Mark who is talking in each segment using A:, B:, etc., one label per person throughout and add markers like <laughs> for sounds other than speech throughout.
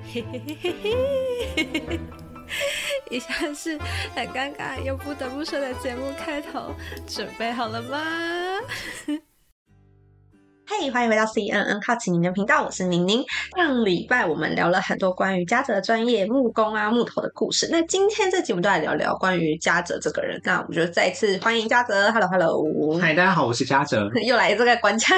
A: 嘿嘿嘿嘿嘿嘿嘿。以下是很尴尬又不得不说的节目开头，准备好了吗？
B: <laughs> 嘿、欢迎回到 CNN 好奇您的频道，我是宁宁。上礼拜我们聊了很多关于嘉泽的专业木工啊、木头的故事。那今天这集我们就来聊聊关于嘉泽这个人。那我们就再次欢迎嘉泽，Hello Hello，
C: 嗨，大家好，我是嘉哲。
B: <laughs> 又来这个关
C: <laughs>
B: 卡，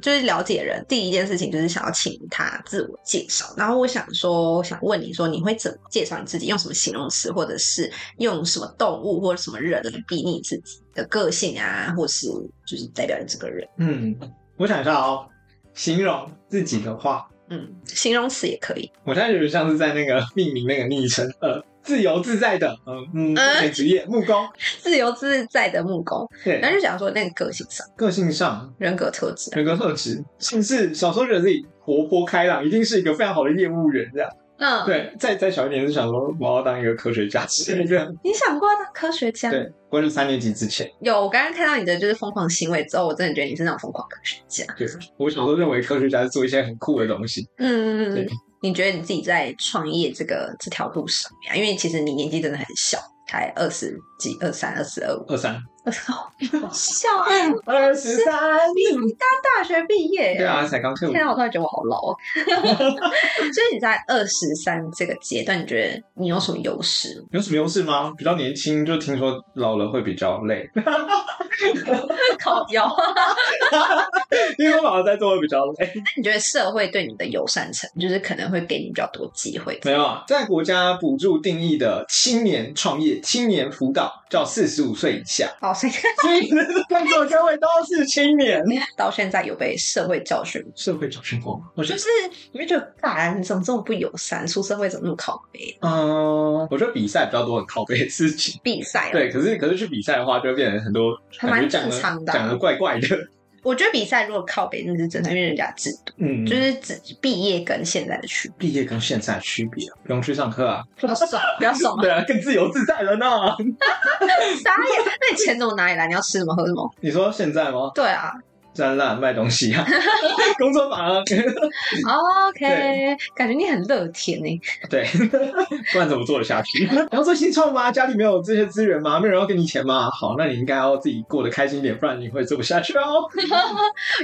B: 就是了解人。第一件事情就是想要请他自我介绍，然后我想说，想问你说，你会怎么介绍你自己？用什么形容词，或者是用什么动物或者什么人来比拟自己的个性啊，或是就是代表你这个人？
C: 嗯，我想一下哦，形容自己的话，
B: 嗯，形容词也可以。 <laughs>
C: 我现在有点像是在那个命名那个昵称，呃，自由自在的，呃、
B: 嗯
C: 嗯，目前职业木工，
B: 自由自在的木工，
C: 对
B: 然，后就想说那个个性上、
C: 个性上
B: 人格特质啊，
C: 人格特质，性是小时候觉得自己活泼开朗，一定是一个非常好的业务员这样。
B: 嗯，，
C: 对，再再小一点是想说我要当一个科学家之类的。
B: 你想过当科学家？
C: 对，关于三年级之前，
B: 有，我刚刚看到你的就是疯狂行为之后，我真的觉得你是那种疯狂科学家。
C: 对我小时候认为科学家是做一些很酷的东西。
B: 嗯，嗯嗯
C: 对
B: 你觉得你自己在创业这个这条路上面啊，因为其实你年纪真的很小，才二十几、二三、二四、二五、
C: 二三，
B: 二十好笑啊！你
C: 二十三，
B: 刚大学毕业耶，
C: 对啊，才刚退伍
B: 天。啊，我突然觉得我好
C: <laughs>
B: 老哦。所以你在二十三这个阶段，你觉得你有什么优势？
C: 有什么优势吗？比较年轻，就听说老了会比较累，
B: 靠腰啊！
C: <laughs> 因为我老了在做会比较累。
B: 你觉得社会对你的友善程度，就是可能会给你比较多机会？
C: 没有啊，在国家补助定义的青年创业、青年辅导叫四十五岁以下，
B: 哦，所以 <laughs>
C: 所以呢，工作单位都是青年。
B: 到现在有被社会教训，
C: 社会找寻过，我觉
B: 就
C: 得，
B: 是你会觉得，啊，你怎么这么不友善？出社会怎么那么靠背？
C: 嗯、我觉得比赛比较多很靠背的事 <laughs> 情。
B: 比赛、哦，
C: 对，可是可是去比赛的话，就会变成很多
B: 还蛮
C: 感觉讲
B: 正常
C: 的
B: 的啊
C: 讲的怪怪的。
B: 我觉得比赛如果靠背，那是真的，因为人家制度，
C: 嗯，
B: 就是指毕业跟现在的区别。
C: 毕业跟现在的区别，不用去上课啊，
B: 不要爽，不要爽啊，
C: 对啊，更自由自在了呢。
B: <laughs> 傻眼！那你钱从哪里来？你要吃什么喝什么？
C: 你说现在吗？
B: 对啊，
C: 展览卖东西啊， <laughs> 工作坊啊， <laughs>
B: 嗯 OK，
C: 对
B: 感觉你很乐天呢、欸 <laughs>
C: 对， <laughs> 不然怎么做得下去？ <laughs> 你要做新创吗？家里没有这些资源吗？没有人要给你钱吗？好，那你应该要自己过得开心一点，不然你会做不下去哦。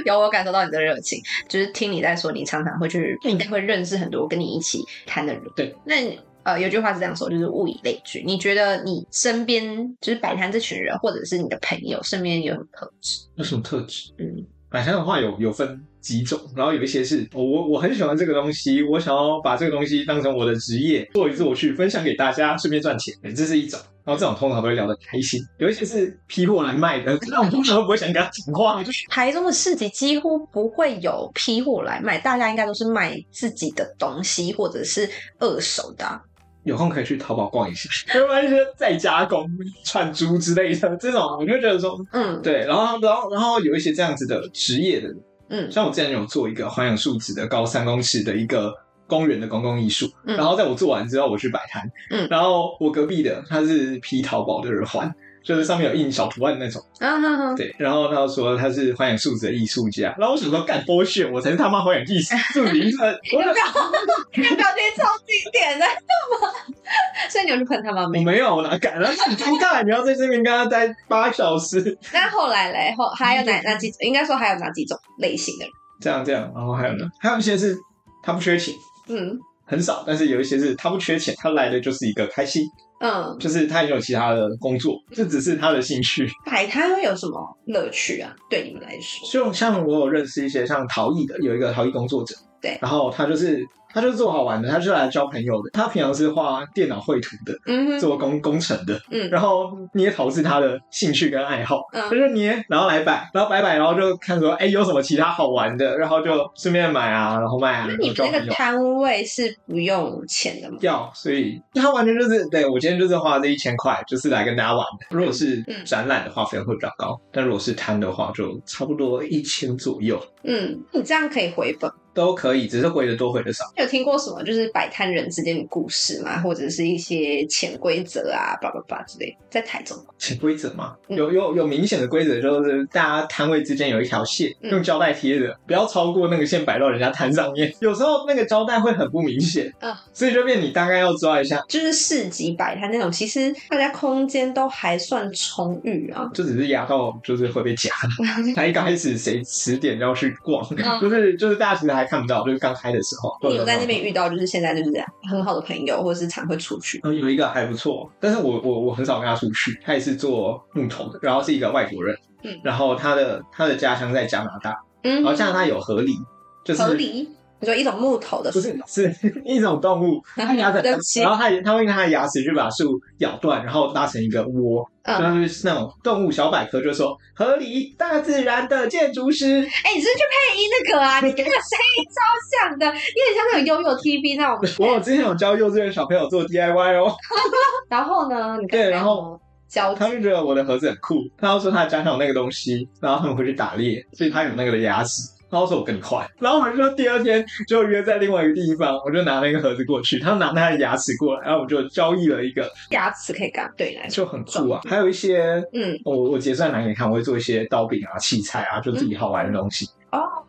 B: 有我感受到你的热情，就是听你在说，你常常会去，你应该会认识很多跟你一起谈的人。
C: 对，
B: 那你呃，有句话是这样说，就是物以类聚。你觉得你身边就是摆摊这群人，或者是你的朋友身边有什么特质？
C: <laughs> 有什么特质？
B: 嗯，
C: 买香的哎话有有分几种，然后有一些是我我我很喜欢这个东西，我想要把这个东西当成我的职业做一做去分享给大家，顺便赚钱，哎这是一种。然后这种通常都会聊得开心，有一些是批货来卖的， <laughs> 那我通常都不会想跟他讲话，就是
B: 台中的市集几乎不会有批货来卖，大家应该都是卖自己的东西或者是二手的啊、
C: 有空可以去淘宝逛一下，要不然一些再加工、串珠之类的这种，我就觉得说，
B: 嗯
C: 对，然后然后然后有一些这样子的职业的人，
B: 嗯
C: 像我之前有做一个环氧树脂的高三公尺的一个公园的公共艺术，
B: 嗯
C: 然后在我做完之后，我去摆摊，
B: 嗯
C: 然后我隔壁的他是批淘宝的耳环。就是上面有印小图案的那种，
B: 啊哈哈，
C: 对。然后他就说他是环氧树脂的艺术家，然后我想说干剥削，我才是他妈环氧艺术树脂艺术家。我
B: 你的 <laughs>
C: 想
B: 表你的表情超经典的，干嘛？所以你有去喷他吗？没
C: 我
B: 有。
C: 没有，我哪敢？然后很尴尬，你要在这边跟他待八小时，
B: 那后来嘞，后还有哪哪几种？应该说还有哪几种类型的人？
C: 这样这样。然后还有呢，还有一些是他不缺钱，
B: 嗯
C: 很少，但是有一些是他不缺钱，他来的就是一个开心，
B: 嗯，
C: 就是他也有其他的工作，这只是他的兴趣。
B: 摆摊会有什么乐趣啊？对你们来说，
C: 就像我有认识一些像陶艺的，有一个陶艺工作者，
B: 对
C: 然后他就是他就是做好玩的，他是来交朋友的，他平常是画电脑绘图的，
B: 嗯哼，
C: 做工工程的，
B: 嗯
C: 然后捏陶是他的兴趣跟爱好，
B: 嗯
C: 他就捏，然后来摆，然后摆摆，然后就看说，哎，有什么其他好玩的，然后就顺便买啊，然后卖啊，
B: 那
C: 然
B: 你
C: 后
B: 们
C: 交
B: 那
C: 朋
B: 个
C: 友。
B: 摊位是不用钱的吗？
C: 要，所以他完全就是对我今天就是花这一千块，就是来跟大家玩的。如果是
B: 嗯
C: 展览的话，费用会比较高；但如果是摊的话，就差不多一千左右。
B: 嗯，你这样可以回本。
C: 都可以，只是回的多回的少。
B: 有听过什么就是摆摊人之间的故事吗？或者是一些潜规则啊，叭叭叭之类的，在台中。
C: 潜规则嘛，
B: 嗯
C: 有有有明显的规则，就是大家摊位之间有一条线，
B: 嗯
C: 用胶带贴着，不要超过那个线摆到人家摊上面。有时候那个胶带会很不明显，
B: 嗯
C: 所以就变你大概要抓一下，
B: 就是市集摆摊那种，其实大家空间都还算充裕啊。
C: 就只是压到就是会被夹。 <laughs> 他一刚开始谁十点要去逛，
B: 嗯
C: <laughs> 就是就是大家其实还看不到，就是刚开的时候。
B: 你有在那边遇到就是现在就是很好的朋友，或者是常会出去，
C: 然后呃有一个还不错，但是我我我很少跟他出去。他也是做木头的，然后是一个外国人，
B: 嗯
C: 然后他的他的家乡在加拿大，
B: 嗯
C: 然后加拿大有河狸，就是
B: 合理。你说一种木头的
C: 不是是 <laughs> 一种动物，它牙
B: <laughs>
C: 齿
B: 对不起
C: 很，然后它它会用它的牙齿去把树咬断，然后拉成一个窝，
B: 嗯
C: 就是那种动物小百科就说河狸大自然的建筑师， <laughs>
B: 哎、你是不是去配音那个啊？你跟那个声音超像的，你很像那种悠悠 TV 那
C: <laughs>
B: 种。
C: 我有之前有教幼稚园小朋友做 DIY 哦，
B: 然后呢，你看
C: 对然后
B: 交
C: 他就觉得我的盒子很酷，他要说他家乡有那个东西，然后他们会去打猎，所以他有那个的牙齿。然后说我更快，然后我们就第二天就约在另外一个地方，我就拿那个盒子过去，他拿他的牙齿过来，然后我们就交易了一个，
B: 牙齿可以干对来说，
C: 就很酷啊。还有一些
B: 嗯，
C: 我我结算栏给你看，我会做一些刀柄啊、器材啊，就自己好玩的东西。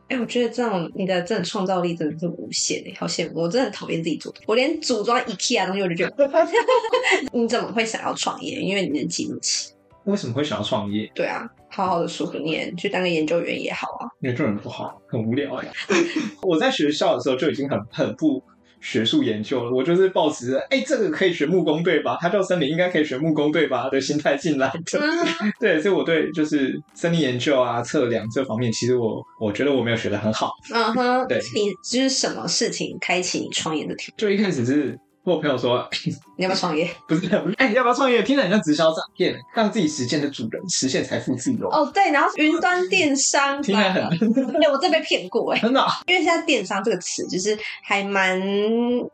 B: 哎、我觉得这种你的这种创造力真的是无限哎、好羡慕！我真的很讨厌自己做的，我连组装 IKEA 的东西我就觉得，你怎么会想要创业？因为你年纪不轻，
C: 为什么会想要创业？
B: 对啊，好好的书读念，去当个研究员也好啊。
C: 因为这种人不好，很无聊哎、 <laughs> 我在学校的时候就已经很很不学术研究了，我就是抱持着哎、这个可以学木工对吧？它叫森林，应该可以学木工对吧的心态进来的。 <laughs>
B: 嗯
C: 对，所以我对就是森林研究啊、测量这方面，其实我我觉得我没有学得很好。
B: <laughs> 嗯哼，
C: 对
B: 你就是什么事情开启你创业的条？
C: 就一开始是我朋友说， <laughs>
B: 你要不要创业？
C: 不是，不是哎、要不要创业？听起来很像直销诈骗，让自己实践的主人，实现财富自由。
B: 哦，对，然后云端电商，
C: 听起来很
B: 哎、我真被骗过哎、
C: 真的啊、
B: 因为现在电商这个词就是还蛮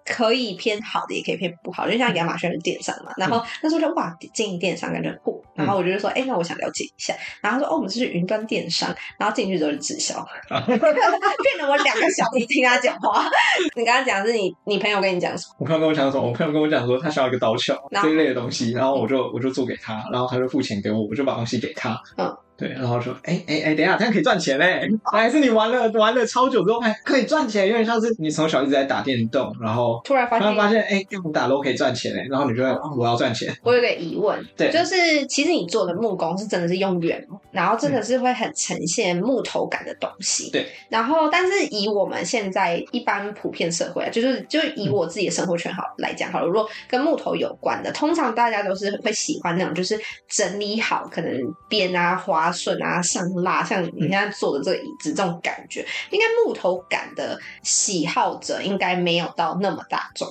B: 可以偏好的，也可以偏不好的。就像亚马逊是电商嘛，
C: 嗯
B: 然后那时候就哇，经营电商感觉很酷，然后我就说，哎、那我想了解一下。然后他说，哦，我们这是云端电商，然后进去之后是直
C: 啊
B: 销， <laughs> 变得我两个小时听他讲话。 <laughs> 你刚刚讲的是你你朋友跟你讲什么？
C: 我朋友跟我讲什么？我朋友跟我讲说他想要一个刀鞘
B: 然后
C: 这一类的东西，然后我就我就做给他，然后他就付钱给我，我就把东西给他。
B: 嗯，
C: 对，然后说，哎哎哎，等一下，这样可以赚钱嘞！还是你玩了玩了超久之后还可以赚钱，有点像是你从小一直在打电动，然后
B: 突然发
C: 然
B: 现
C: 后发现哎，我打 LO 可以赚钱嘞，然后你就会、哦、我要赚钱。
B: 我有个疑问，
C: 对
B: 就是其实你做的木工是真的是用原木，然后真的是会很呈现木头感的东西。
C: 对，
B: 然后但是以我们现在一般普遍社会啊，就是就以我自己的生活圈好来讲好了，如果跟木头有关的，通常大家都是会喜欢那种就是整理好，可能边啊滑顺啊上蜡，像你现在坐的这个椅子这种感觉，应该木头感的喜好者应该没有到那么大众。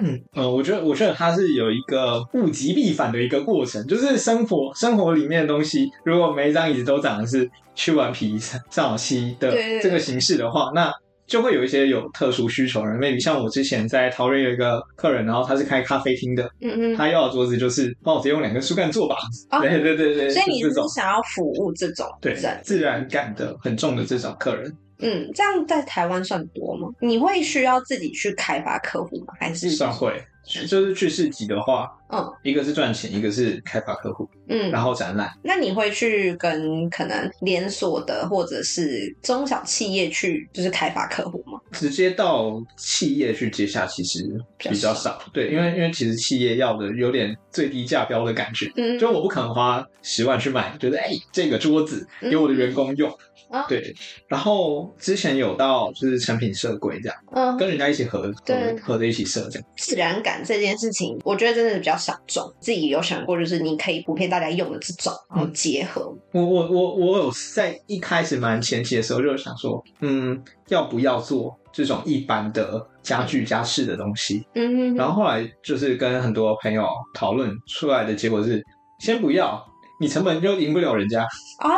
C: 嗯 <clears throat> 呃，我觉得我觉得它是有一个物极必反的一个过程，就是生活生活里面的东西，如果每一张椅子都长的是去完皮上上漆的
B: 对
C: 这个形式的话，那就会有一些有特殊需求的人，maybe 像我之前在桃园有一个客人，然后他是开咖啡厅的，
B: 嗯嗯。
C: 他要的桌子就是帮我直接用两根树干做吧，
B: 哦
C: <laughs> 对对对对，
B: 所以你
C: 就是这种
B: 想要服务这种
C: 对
B: 人，
C: 自然感的很重的这种客人
B: 嗯，这样在台湾算多吗？你会需要自己去开发客户吗？还是
C: 算会，就是去市集的话，
B: 嗯
C: 一个是赚钱，一个是开发客户，
B: 嗯？
C: 然后展览。
B: 那你会去跟可能连锁的或者是中小企业去就是开发客户吗？
C: 直接到企业去接下，其实比较少。对，因为因为其实企业要的有点最低价标的感觉，
B: 嗯，
C: 就我不可能花十万去买，觉得哎、这个桌子
B: 嗯
C: 给我的员工用。
B: 啊
C: 对，然后之前有到就是成品社柜这样，
B: 嗯，
C: 跟人家一起合
B: 对
C: 合合着一起设这样。
B: 自然感这件事情，我觉得真的是比较小众。自己有想过，就是你可以普遍大家用的这种，然后
C: 嗯
B: 结合。
C: 我我我我有在一开始蛮前期的时候就想说，嗯，要不要做这种一般的家具家饰的东西？
B: 嗯，
C: 然后后来就是跟很多朋友讨论出来的结果是，先不要，你成本就赢不了人家。
B: 哦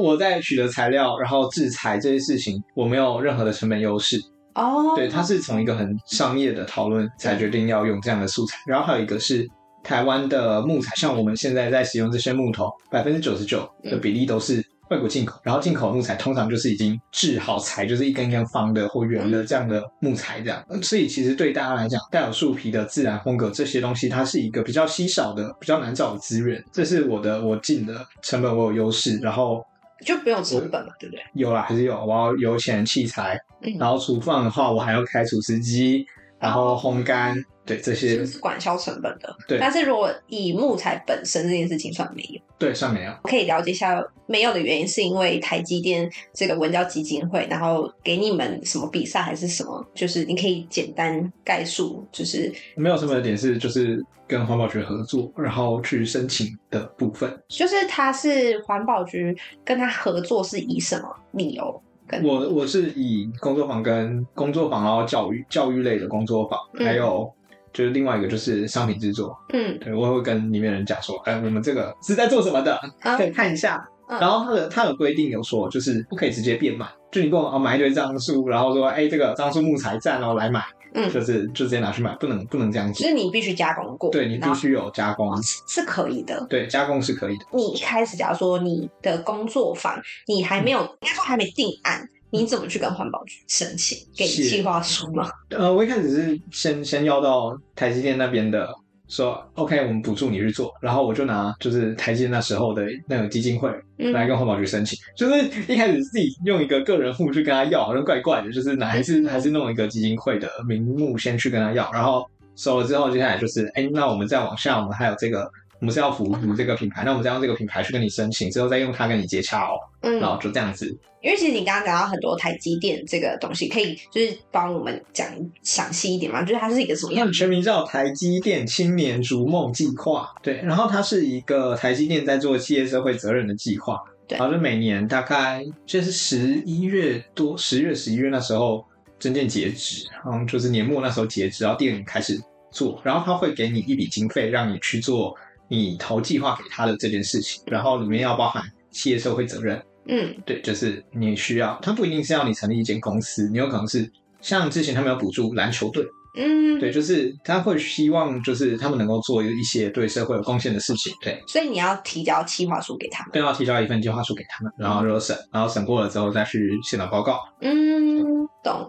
C: 我在取得材料，然后制裁这些事情，我没有任何的成本优势。
B: 哦，
C: 对，它是从一个很商业的讨论才决定要用这样的素材。然后还有一个是台湾的木材，像我们现在在使用这些木头，百分之九十九的比例都是外国进口，然后进口的木材通常就是已经制好材，就是一根根方的或圆的这样的木材这样。呃所以其实对大家来讲，带有树皮的自然风格这些东西，它是一个比较稀少的、比较难找的资源。这是我的我进的成本，我有优势，然后
B: 就不用成本嘛，对不对？
C: 有啦，还是有，我要油钱器材，
B: 嗯
C: 然后厨房的话，我还要开除湿机，然后烘干，对这
B: 是
C: 些
B: 不是管销成本的？
C: 对
B: 但是如果以木材本身这件事情算没有，
C: 对上没有。
B: 我可以了解一下没有的原因，是因为台积电这个文教基金会，然后给你们什么比赛还是什么，就是你可以简单概述，就是
C: 没有什么的点是，就是跟环保局合作，然后去申请的部分。
B: 就是它是环保局跟他合作是以什么理由跟
C: 我我是以工作坊跟工作坊，然后教育教育类的工作坊，
B: 嗯
C: 还有就是另外一个就是商品制作。
B: 嗯
C: 对，我会跟里面的人讲说，哎，我们这个是在做什么的，
B: 啊
C: 可以看一下。
B: 嗯
C: 然后它的它有规定有说，就是不可以直接变卖，就你跟我啊买一堆樟树，然后说，哎，这个樟树木材站哦来买，
B: 嗯，
C: 就是就直接拿去买，不能不能这样
B: 就
C: 子。
B: 是你必须加工过，
C: 对你必
B: 然后
C: 须有加工，
B: 是可以的。
C: 对加工是可以的。
B: 你一开始假如说你的工作坊你还没有，应该说还没定案，你怎么去跟环保局申请给
C: 是
B: 计划书吗？
C: 呃，我一开始是先先要到台积电那边的，说 OK，我们补助你去做，然后我就拿就是台积电那时候的那个基金会
B: 嗯
C: 来跟环保局申请，就是一开始自己用一个个人户去跟他要，好像怪怪的，就是拿还是还是弄一个基金会的名目先去跟他要，然后收了之后，接下来就是哎，那我们再往下，我们还有这个。我们是要服务这个品牌，那我们再用这个品牌去跟你申请，之后再用它跟你接洽哦，
B: 嗯，
C: 然后就这样子。
B: 因为其实你刚刚讲到很多台积电这个东西，可以就是帮我们讲详细一点嘛？就是它是一个什么
C: 它
B: 样
C: 的全名叫台积电青年逐梦计划，对，然后它是一个台积电在做企业社会责任的计划，
B: 对
C: 然后就每年大概就是十一月多，十月十一月那时候证件截止，然后就是年末那时候截止，然后第二年开始做，然后他会给你一笔经费，让你去做你投计划给他的这件事情，然后里面要包含企业社会责任，
B: 嗯
C: 对，就是你需要，它不一定是要你成立一间公司，你有可能是像之前他们有补助篮球队。
B: 嗯，
C: 对，。就是他会希望，就是他们能够做一些对社会有贡献的事情，对，
B: 所以你要提交计划书给他们。
C: 更要提交一份计划书给他们，然后就审，然后审过了之后再去现场报告。
B: 嗯，懂。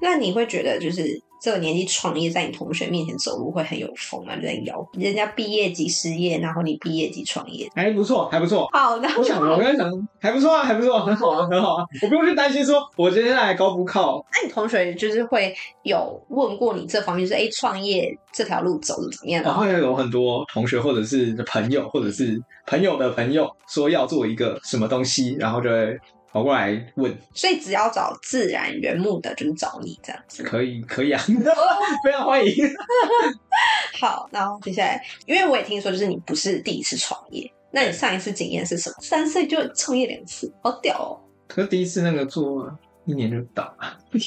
B: 那你会觉得就是这个年纪创业，在你同学面前走路会很有风啊，就在摇人家毕业即失业，然后你毕业即创业，
C: 哎，不错，还不错。
B: 好的。
C: 我想，我刚才想，还不错啊，还不错，很好啊，很好啊，我不用去担心说，我接下来高补考，
B: 那你同学就是会有问过你这方面，就是哎，创业这条路走的怎么样？
C: 然后有很多同学或者是朋友，或者是朋友的朋友说要做一个什么东西，然后就会跑过来问，
B: 所以只要找自然原木的，就是找你这样子。
C: 可以，可以啊， <laughs> 非常欢迎。 <laughs>
B: 好，然后接下来，因为我也听说，就是你不是第一次创业，那你上一次经验是什么？三岁就创业两次，好屌哦！
C: 可是第一次那个做一年就倒了。 <laughs>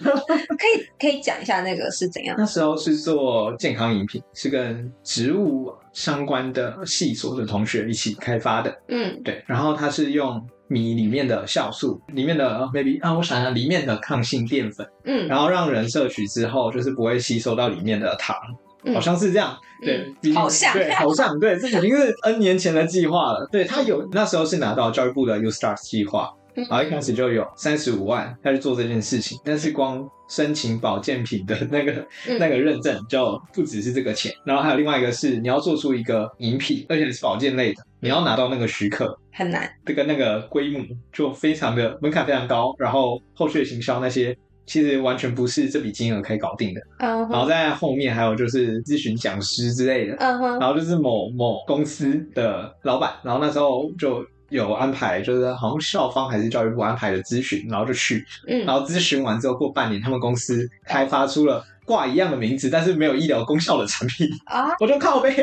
B: 可以可以讲一下那个是怎样？
C: 那时候是做健康饮品，是跟植物相关的系所的同学一起开发的。
B: 嗯
C: 对，然后它是用米里面的酵素，里面的 maybe 啊，我想想，里面的抗性淀粉，
B: 嗯，
C: 然后让人摄取之后，就是不会吸收到里面的糖，
B: 嗯
C: 好像是这样。对
B: 嗯，
C: 毕竟
B: 好像
C: 对，好像对，这已经是 N 年前的计划了。对，他有那时候是拿到教育部的 U Stars 计划，
B: 嗯
C: 然后一开始就有三十五万，他去做这件事情。但是光申请保健品的那个、
B: <laughs> 嗯
C: 那个认证就不只是这个钱，然后还有另外一个是你要做出一个饮品，而且是保健类的，你要拿到那个许可。
B: 很难。
C: 这个那个规模就非常的门槛非常高，然后后续的行销那些其实完全不是这笔金额可以搞定的。
B: 嗯
C: 然
B: 哼
C: 后在后面还有就是咨询讲师之类的，
B: 嗯哼，
C: 然后就是某某公司的老板，然后那时候就有安排，就是好像校方还是教育部安排的咨询，然后就去，
B: 嗯
C: 然后咨询完之后过半年，他们公司开发出了挂一样的名字，但是没有医疗功效的产品，
B: 啊，
C: 我就靠背，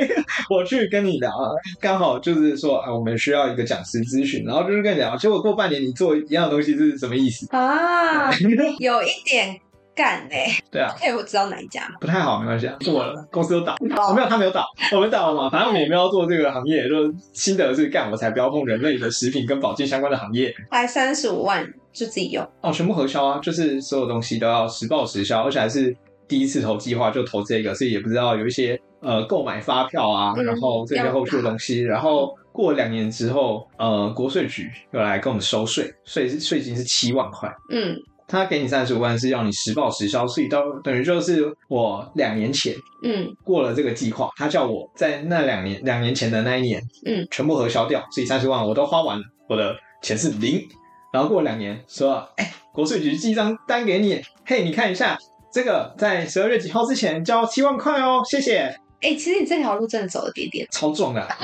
C: 我去跟你聊，啊刚好就是说啊，我们需要一个讲师咨询，然后就是跟你聊，结果过半年你做一样的东西是什么意思？
B: 啊，有一点干 <laughs> 哎、
C: 对啊，
B: 可以我知道哪一家吗？
C: 不太好，没关系啊，做了，公司都倒，哦，没有，他没有倒，我们倒了嘛，反正我们也没有做这个行业，就是心得是干，我才不要碰人类的食品跟保健相关的行业，
B: 还三十五万就自己用，
C: 哦，全部核销啊，就是所有东西都要实报实销，而且还是第一次投计划就投这个，所以也不知道有一些呃购买发票啊，
B: 嗯
C: 然后这些后续的东西。然后过两年之后，呃，国税局又来跟我们收税，税是税金是七万块。
B: 嗯，
C: 他给你三十五万是要你实报实销，所以到等于就是我两年前
B: 嗯
C: 过了这个计划，他叫我在那两年两年前的那一年，
B: 嗯，
C: 全部核销掉，所以三十万我都花完了，我的钱是零。然后过了两年说，哎，国税局寄一张单给你，嘿，你看一下，这个在十二月几号之前交七万块哦，谢谢，
B: 哎、其实你这条路真的走了点点。
C: 超重的啊，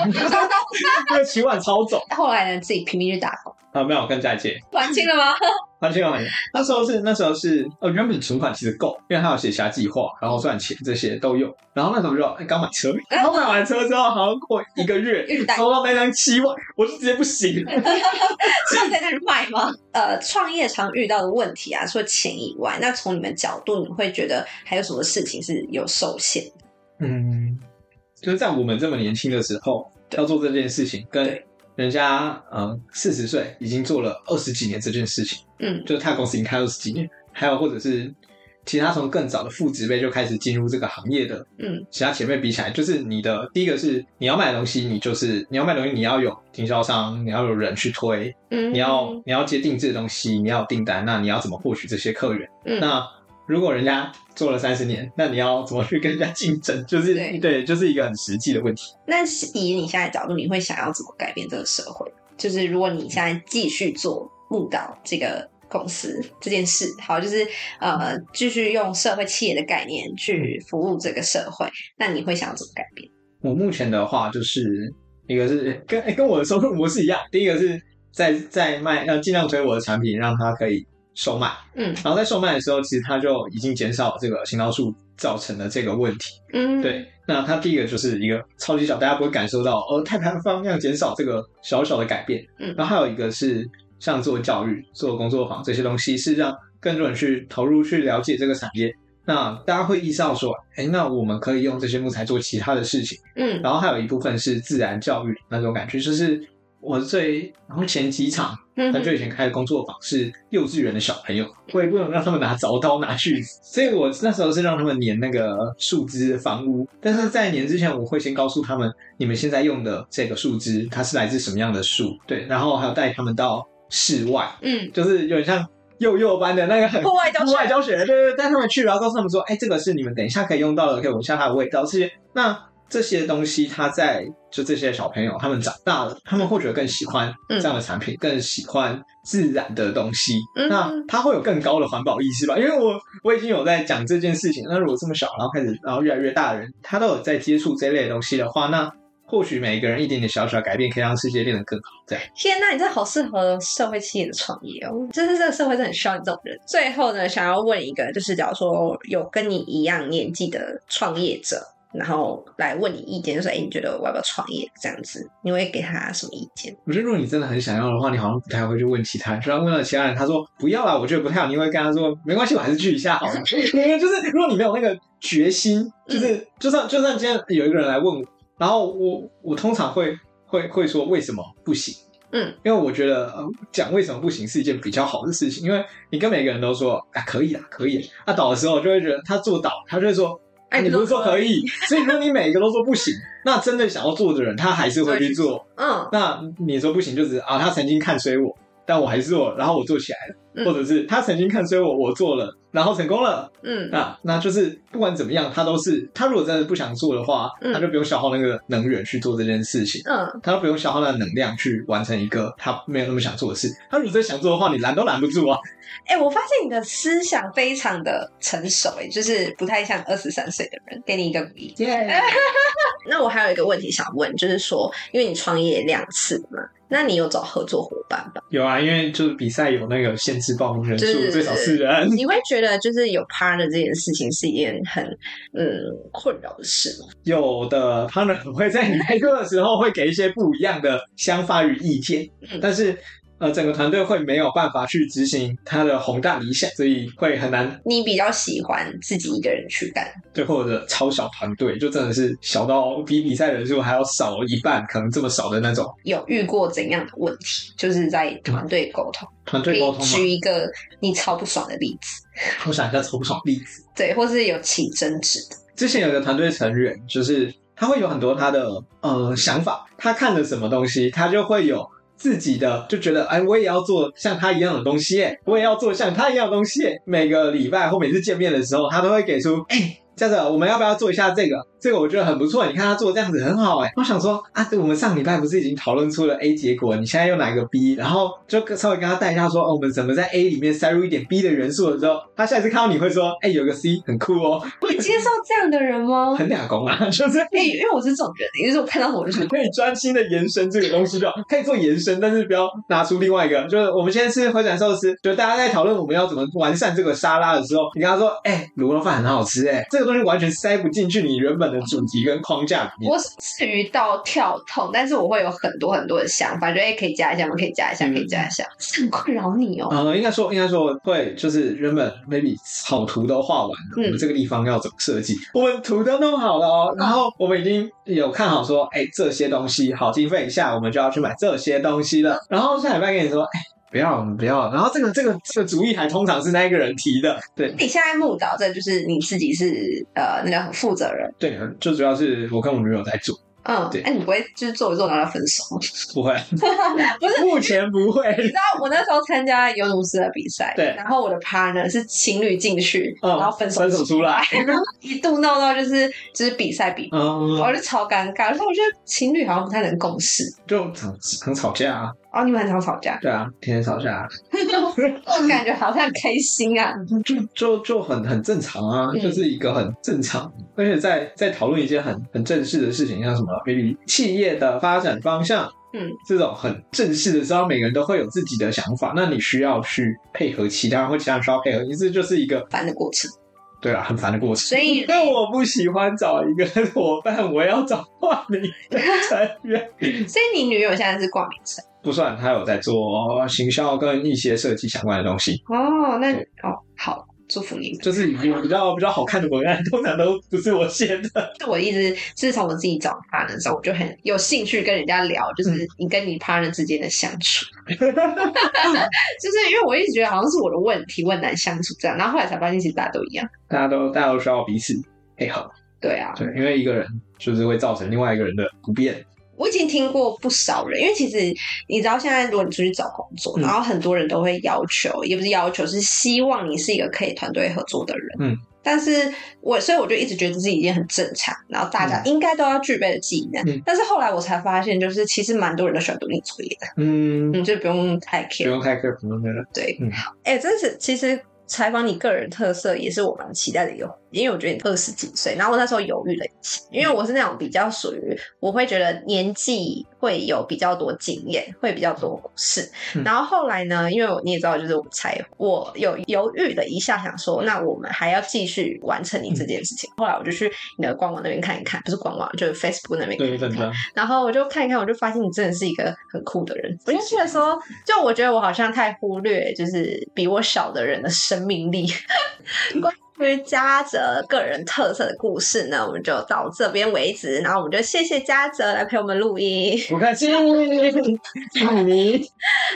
C: <laughs> 这七万超重
B: 后来呢，自己拼命去打工，
C: 啊，没有跟家借， <laughs>
B: 还清了吗？
C: 完全完全。那时候是那时候是呃，原本存款其实够，因为他有写下计划，然后赚钱这些都有。然后那时候就哎刚买车，然后买完车之后，好像过一个月
B: 一直打
C: 收到那张七万，我就直接不行了。
B: 是在那里卖吗？呃，创业常遇到的问题啊，除了钱以外，那从你们角度，你会觉得还有什么事情是有受限？
C: 嗯，就是在我们这么年轻的时候要做这件事情，跟
B: 对
C: 人家嗯四十岁已经做了二十几年这件事情，
B: 嗯
C: 就是他的公司已经开二十几年，还有或者是其他从更早的父职辈就开始进入这个行业的
B: 嗯
C: 其他前辈比起来，就是你的第一个是你要卖的东西，你就是你要卖的东西，你要有经销商，你要有人去推，
B: 嗯，
C: 你要你要接定制的东西，你要有订单，那你要怎么获取这些客源？
B: 嗯
C: 那如果人家做了三十年，那你要怎么去跟人家竞争？就是
B: 对
C: 就是一个很实际的问题。
B: 那是以你现在的角度，你会想要怎么改变这个社会？就是如果你现在继续做木岛这个公司这件事，好，就是呃，继续用社会企业的概念去服务这个社会，那你会想要怎么改变？
C: 我目前的话，就是一个是跟、诶跟我的收入模式一样，第一个是在在卖，要尽量推我的产品，让它可以售卖。
B: 嗯
C: 然后在售卖的时候，其实它就已经减少了这个行道树造成的这个问题。
B: 嗯，
C: 对，，那它第一个就是一个超级小，大家不会感受到哦，碳排放量减少这个小小的改变。
B: 嗯
C: 然后还有一个是像做教育、做工作坊这些东西，是让更多人去投入、去了解这个产业。那大家会意识到说，哎，那我们可以用这些木材做其他的事情。
B: 嗯
C: 然后还有一部分是自然教育那种感觉，就是我最然后前几场
B: 嗯
C: 很久以前开的工作坊是幼稚园的小朋友，我也不能让他们拿凿刀拿锯子，所以我那时候是让他们粘那个树枝房屋。但是在粘之前，我会先告诉他们，你们现在用的这个树枝它是来自什么样的树，对，然后还有带他们到室外，
B: 嗯
C: 就是有点像幼幼班的那个很
B: 户外教学
C: 户外教学，对对对，带他们去，然后告诉他们说，哎，这个是你们等一下可以用到的，可以闻一下它的味道。这些那这些东西，他在就这些小朋友他们长大了，他们会觉得更喜欢
B: 嗯
C: 这样的产品，更喜欢自然的东西。
B: 嗯
C: 那他会有更高的环保意识吧？因为我我已经有在讲这件事情。那如果这么小，然后开始，然后越来越大的人，他都有在接触这类的东西的话，那或许每一个人一点点小小的改变，可以让世界变得更好。这样。
B: 天呐，你真的好适合社会企业的创业哦！真是这个社会真的很需要你这种人。最后呢，想要问一个，就是假如说有跟你一样年纪的创业者，然后来问你意见，就说：“哎，你觉得我要不要创业？”这样子，你会给他什么意见？
C: 我觉得如果你真的很想要的话，你好像不太会去问其他人。虽然问了其他人，他说不要啦，我觉得不太好，你会跟他说没关系，我还是去一下 <laughs> 好了。就是如果你没有那个决心，就是就算就算今天有一个人来问我，然后我我通常会会会说为什么不行？
B: 嗯，
C: 因为我觉得呃讲为什么不行是一件比较好的事情，因为你跟每个人都说啊可以啦，可以啦，他、倒的时候就会觉得他做倒，他就会说。哎，你不是说可以？所以如果你每一个都说不行，那真的想要做的人，他还是会去做。
B: 嗯
C: 那你说不行，就只是啊，他曾经看衰我，但我还是做了，然后我做起来了，
B: 嗯
C: 或者是他曾经看衰我，我做了，然后成功了，
B: 嗯
C: 那那就是不管怎么样，他都是他如果真的不想做的话，
B: 嗯
C: 他就不用消耗那个能源去做这件事情。
B: 嗯，
C: 他都不用消耗那个能量去完成一个他没有那么想做的事。他如果真想做的话，你拦都拦不住啊。
B: 哎、我发现你的思想非常的成熟，哎，就是不太像二十三岁的人。给你一个鼓励。那我还有一个问题想问，就是说，因为你创业两次嘛，那你有找合作伙伴吧？
C: 有啊，因为就是比赛有那个限制报名人
B: 对对
C: 数，
B: 对
C: 最少四人。
B: 你会觉得就是有 partner 这件事情是一件很嗯困扰的事吗？
C: 有的 partner 会在你开课的时候会给一些不一样的想法与意见，
B: 嗯
C: 但是呃，整个团队会没有办法去执行他的宏大理想，所以会很难
B: 你比较喜欢自己一个人去干，
C: 对，或者超小团队，就真的是小到比比赛人数还要少一半，可能这么少的那种
B: 有遇过怎样的问题？就是在团队沟通，
C: 团
B: 可以
C: 队沟通嘛。
B: 举一个你超不爽的例子，
C: 我想一下抽不爽例子，
B: 对，或是有起争执的，
C: 之前有个团队成员，就是他会有很多他的呃想法，他看了什么东西，他就会有。自己的就觉得，哎，我也要做像他一样的东西耶，我也要做像他一样的东西耶。每个礼拜或每次见面的时候，他都会给出，哎，佳子，我们要不要做一下这个？这个我觉得很不错，你看他做这样子很好，哎。我想说啊，这我们上礼拜不是已经讨论出了 A 结果，你现在又拿一个 B，然后就稍微跟他带一下说，哦，我们怎么在 A 里面塞入一点 B 的元素的时候，他下一次看到你会说，哎，有个 C 很酷哦，
B: 你接受这样的人
C: <laughs>
B: 吗？
C: 很俩工啊，就是
B: 哎、因为我是这种人，就是我看到我就觉
C: <laughs>
B: 得
C: 可以专心的延伸这个东西就好，可以做延伸，但是不要拿出另外一个。就是我们现在吃回转寿司，就大家在讨论我们要怎么完善这个沙拉的时候，你跟他说：“哎、卤肉饭很好吃、哎，这个东西完全塞不进去你原本的主题跟框架里面。
B: 我是至于到跳痛，但是我会有很多很多的想法，觉得哎、可以加一下吗？可以加一下，可以加一
C: 嗯
B: 下，是很困扰你哦。
C: 呃，应该说，应该说会，就是原本 maybe 草图都画完了，
B: 嗯
C: 我们这个地方要怎么设计？我们图都弄好了哦，然后我们已经有看好说，哎、这些东西好经费以下，我们就要去买这些东西了。然后下礼拜跟你说，哎、不要，我们不要。然后这个这个这个主意还通常是那一个人提的，对
B: 你现在木导，这就是你自己是呃那个负责人，
C: 对，就主要是我跟我女友在做，
B: 嗯，
C: 对
B: 哎、你不会就是做一做然后分手吗？ <laughs>
C: 不会，
B: 不是，
C: 目前不
B: 你
C: 会。
B: 知道我那时候参加尤努斯的比赛，
C: 对
B: 然后我的 partner 是情侣进去，
C: 嗯
B: 然后分手，
C: 分手出来，
B: <laughs> 一度闹到就是就是比赛比。
C: 嗯，
B: 我就超尴尬，然后我觉得情侣好像不太能共事
C: 就常常吵架啊，
B: 哦，你们很常吵
C: <laughs>
B: 架，
C: 对啊，天天吵架、啊。
B: 我感觉好像很开心啊，
C: 就就就很很正常啊，
B: 嗯
C: 就是一个很正常，而且在在讨论一些很很正式的事情，像什么 maybe 企业的发展方向，
B: 嗯，
C: 这种很正式的时候，每个人都会有自己的想法，那你需要去配合其他人，或其他人需要配合你，这就是一个
B: 烦的过程。
C: 对啊，很烦的过程。
B: 所
C: <laughs>
B: 以
C: 但我不喜欢找一个 <laughs> 伙伴，我要找换名的成员。 <laughs>
B: 所以你女友现在是挂名生
C: 不算，他有在做行销跟一些设计相关的东西，
B: 哦，那
C: 对
B: 哦好，祝福你。
C: 就是有比较比较好看的文案，通常都不是我写的。
B: 就我一直自从我自己找 partner 的时候，我就很有兴趣跟人家聊，
C: 嗯
B: 就是你跟你 partner 之间的相
C: <laughs>
B: 处，就是因为我一直觉得好像是我的问题，我很难相处这样，然后后来才发现其实大家都一样。
C: 大家都大家都需要彼此配合，
B: 对啊，
C: 对，因为一个人就是会造成另外一个人的不便，
B: 我已经听过不少人，因为其实你知道，现在如果你出去找工作，
C: 嗯
B: 然后很多人都会要求，也不是要求，是希望你是一个可以团队合作的人。
C: 嗯，
B: 但是我所以我就一直觉得这是一件很正常，然后大家应该都要具备的技能。
C: 嗯
B: 但是后来我才发现，就是其实蛮多人都喜欢独立作业的，
C: 嗯，
B: 你就不用太
C: 不
B: care。
C: 用太 care 朋友了，
B: 对，
C: 嗯
B: 好，
A: 哎、真是其实采访你个人特色也是我蛮期待的一个，因为我觉得你二十几岁，然后我那时候犹豫了一下，因为我是那种比较属于我会觉得年纪会有比较多经验，会比较多故事。
C: 嗯
A: 然后后来呢，因为我你也知道，就是我才我有犹豫了一下，想说那我们还要继续完成你这
C: 嗯
A: 件事情。后来我就去你的官网那边看一看，不是官网，就是 Facebook 那边看一
C: 对，
A: 看
C: 真。的，
A: 然后我就看一看，我就发现你真的是一个很酷的人。我就觉得说，就我觉得我好像太忽略，就是比我小的人的生命 <laughs> 力。关于嘉泽个人特色的故事呢，我们就到这边为止。然后我们就谢谢嘉泽来陪我们录 <laughs> 音。
C: 不客 <laughs> 气，爱你，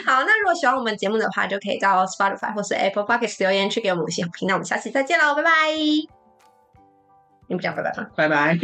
A: 好，那如果喜欢我们节目的话，就可以到 Spotify 或是 Apple Podcast 留言区给我们五星好评。那我们下期再见喽，拜拜。你不讲拜拜吗？
C: 拜拜。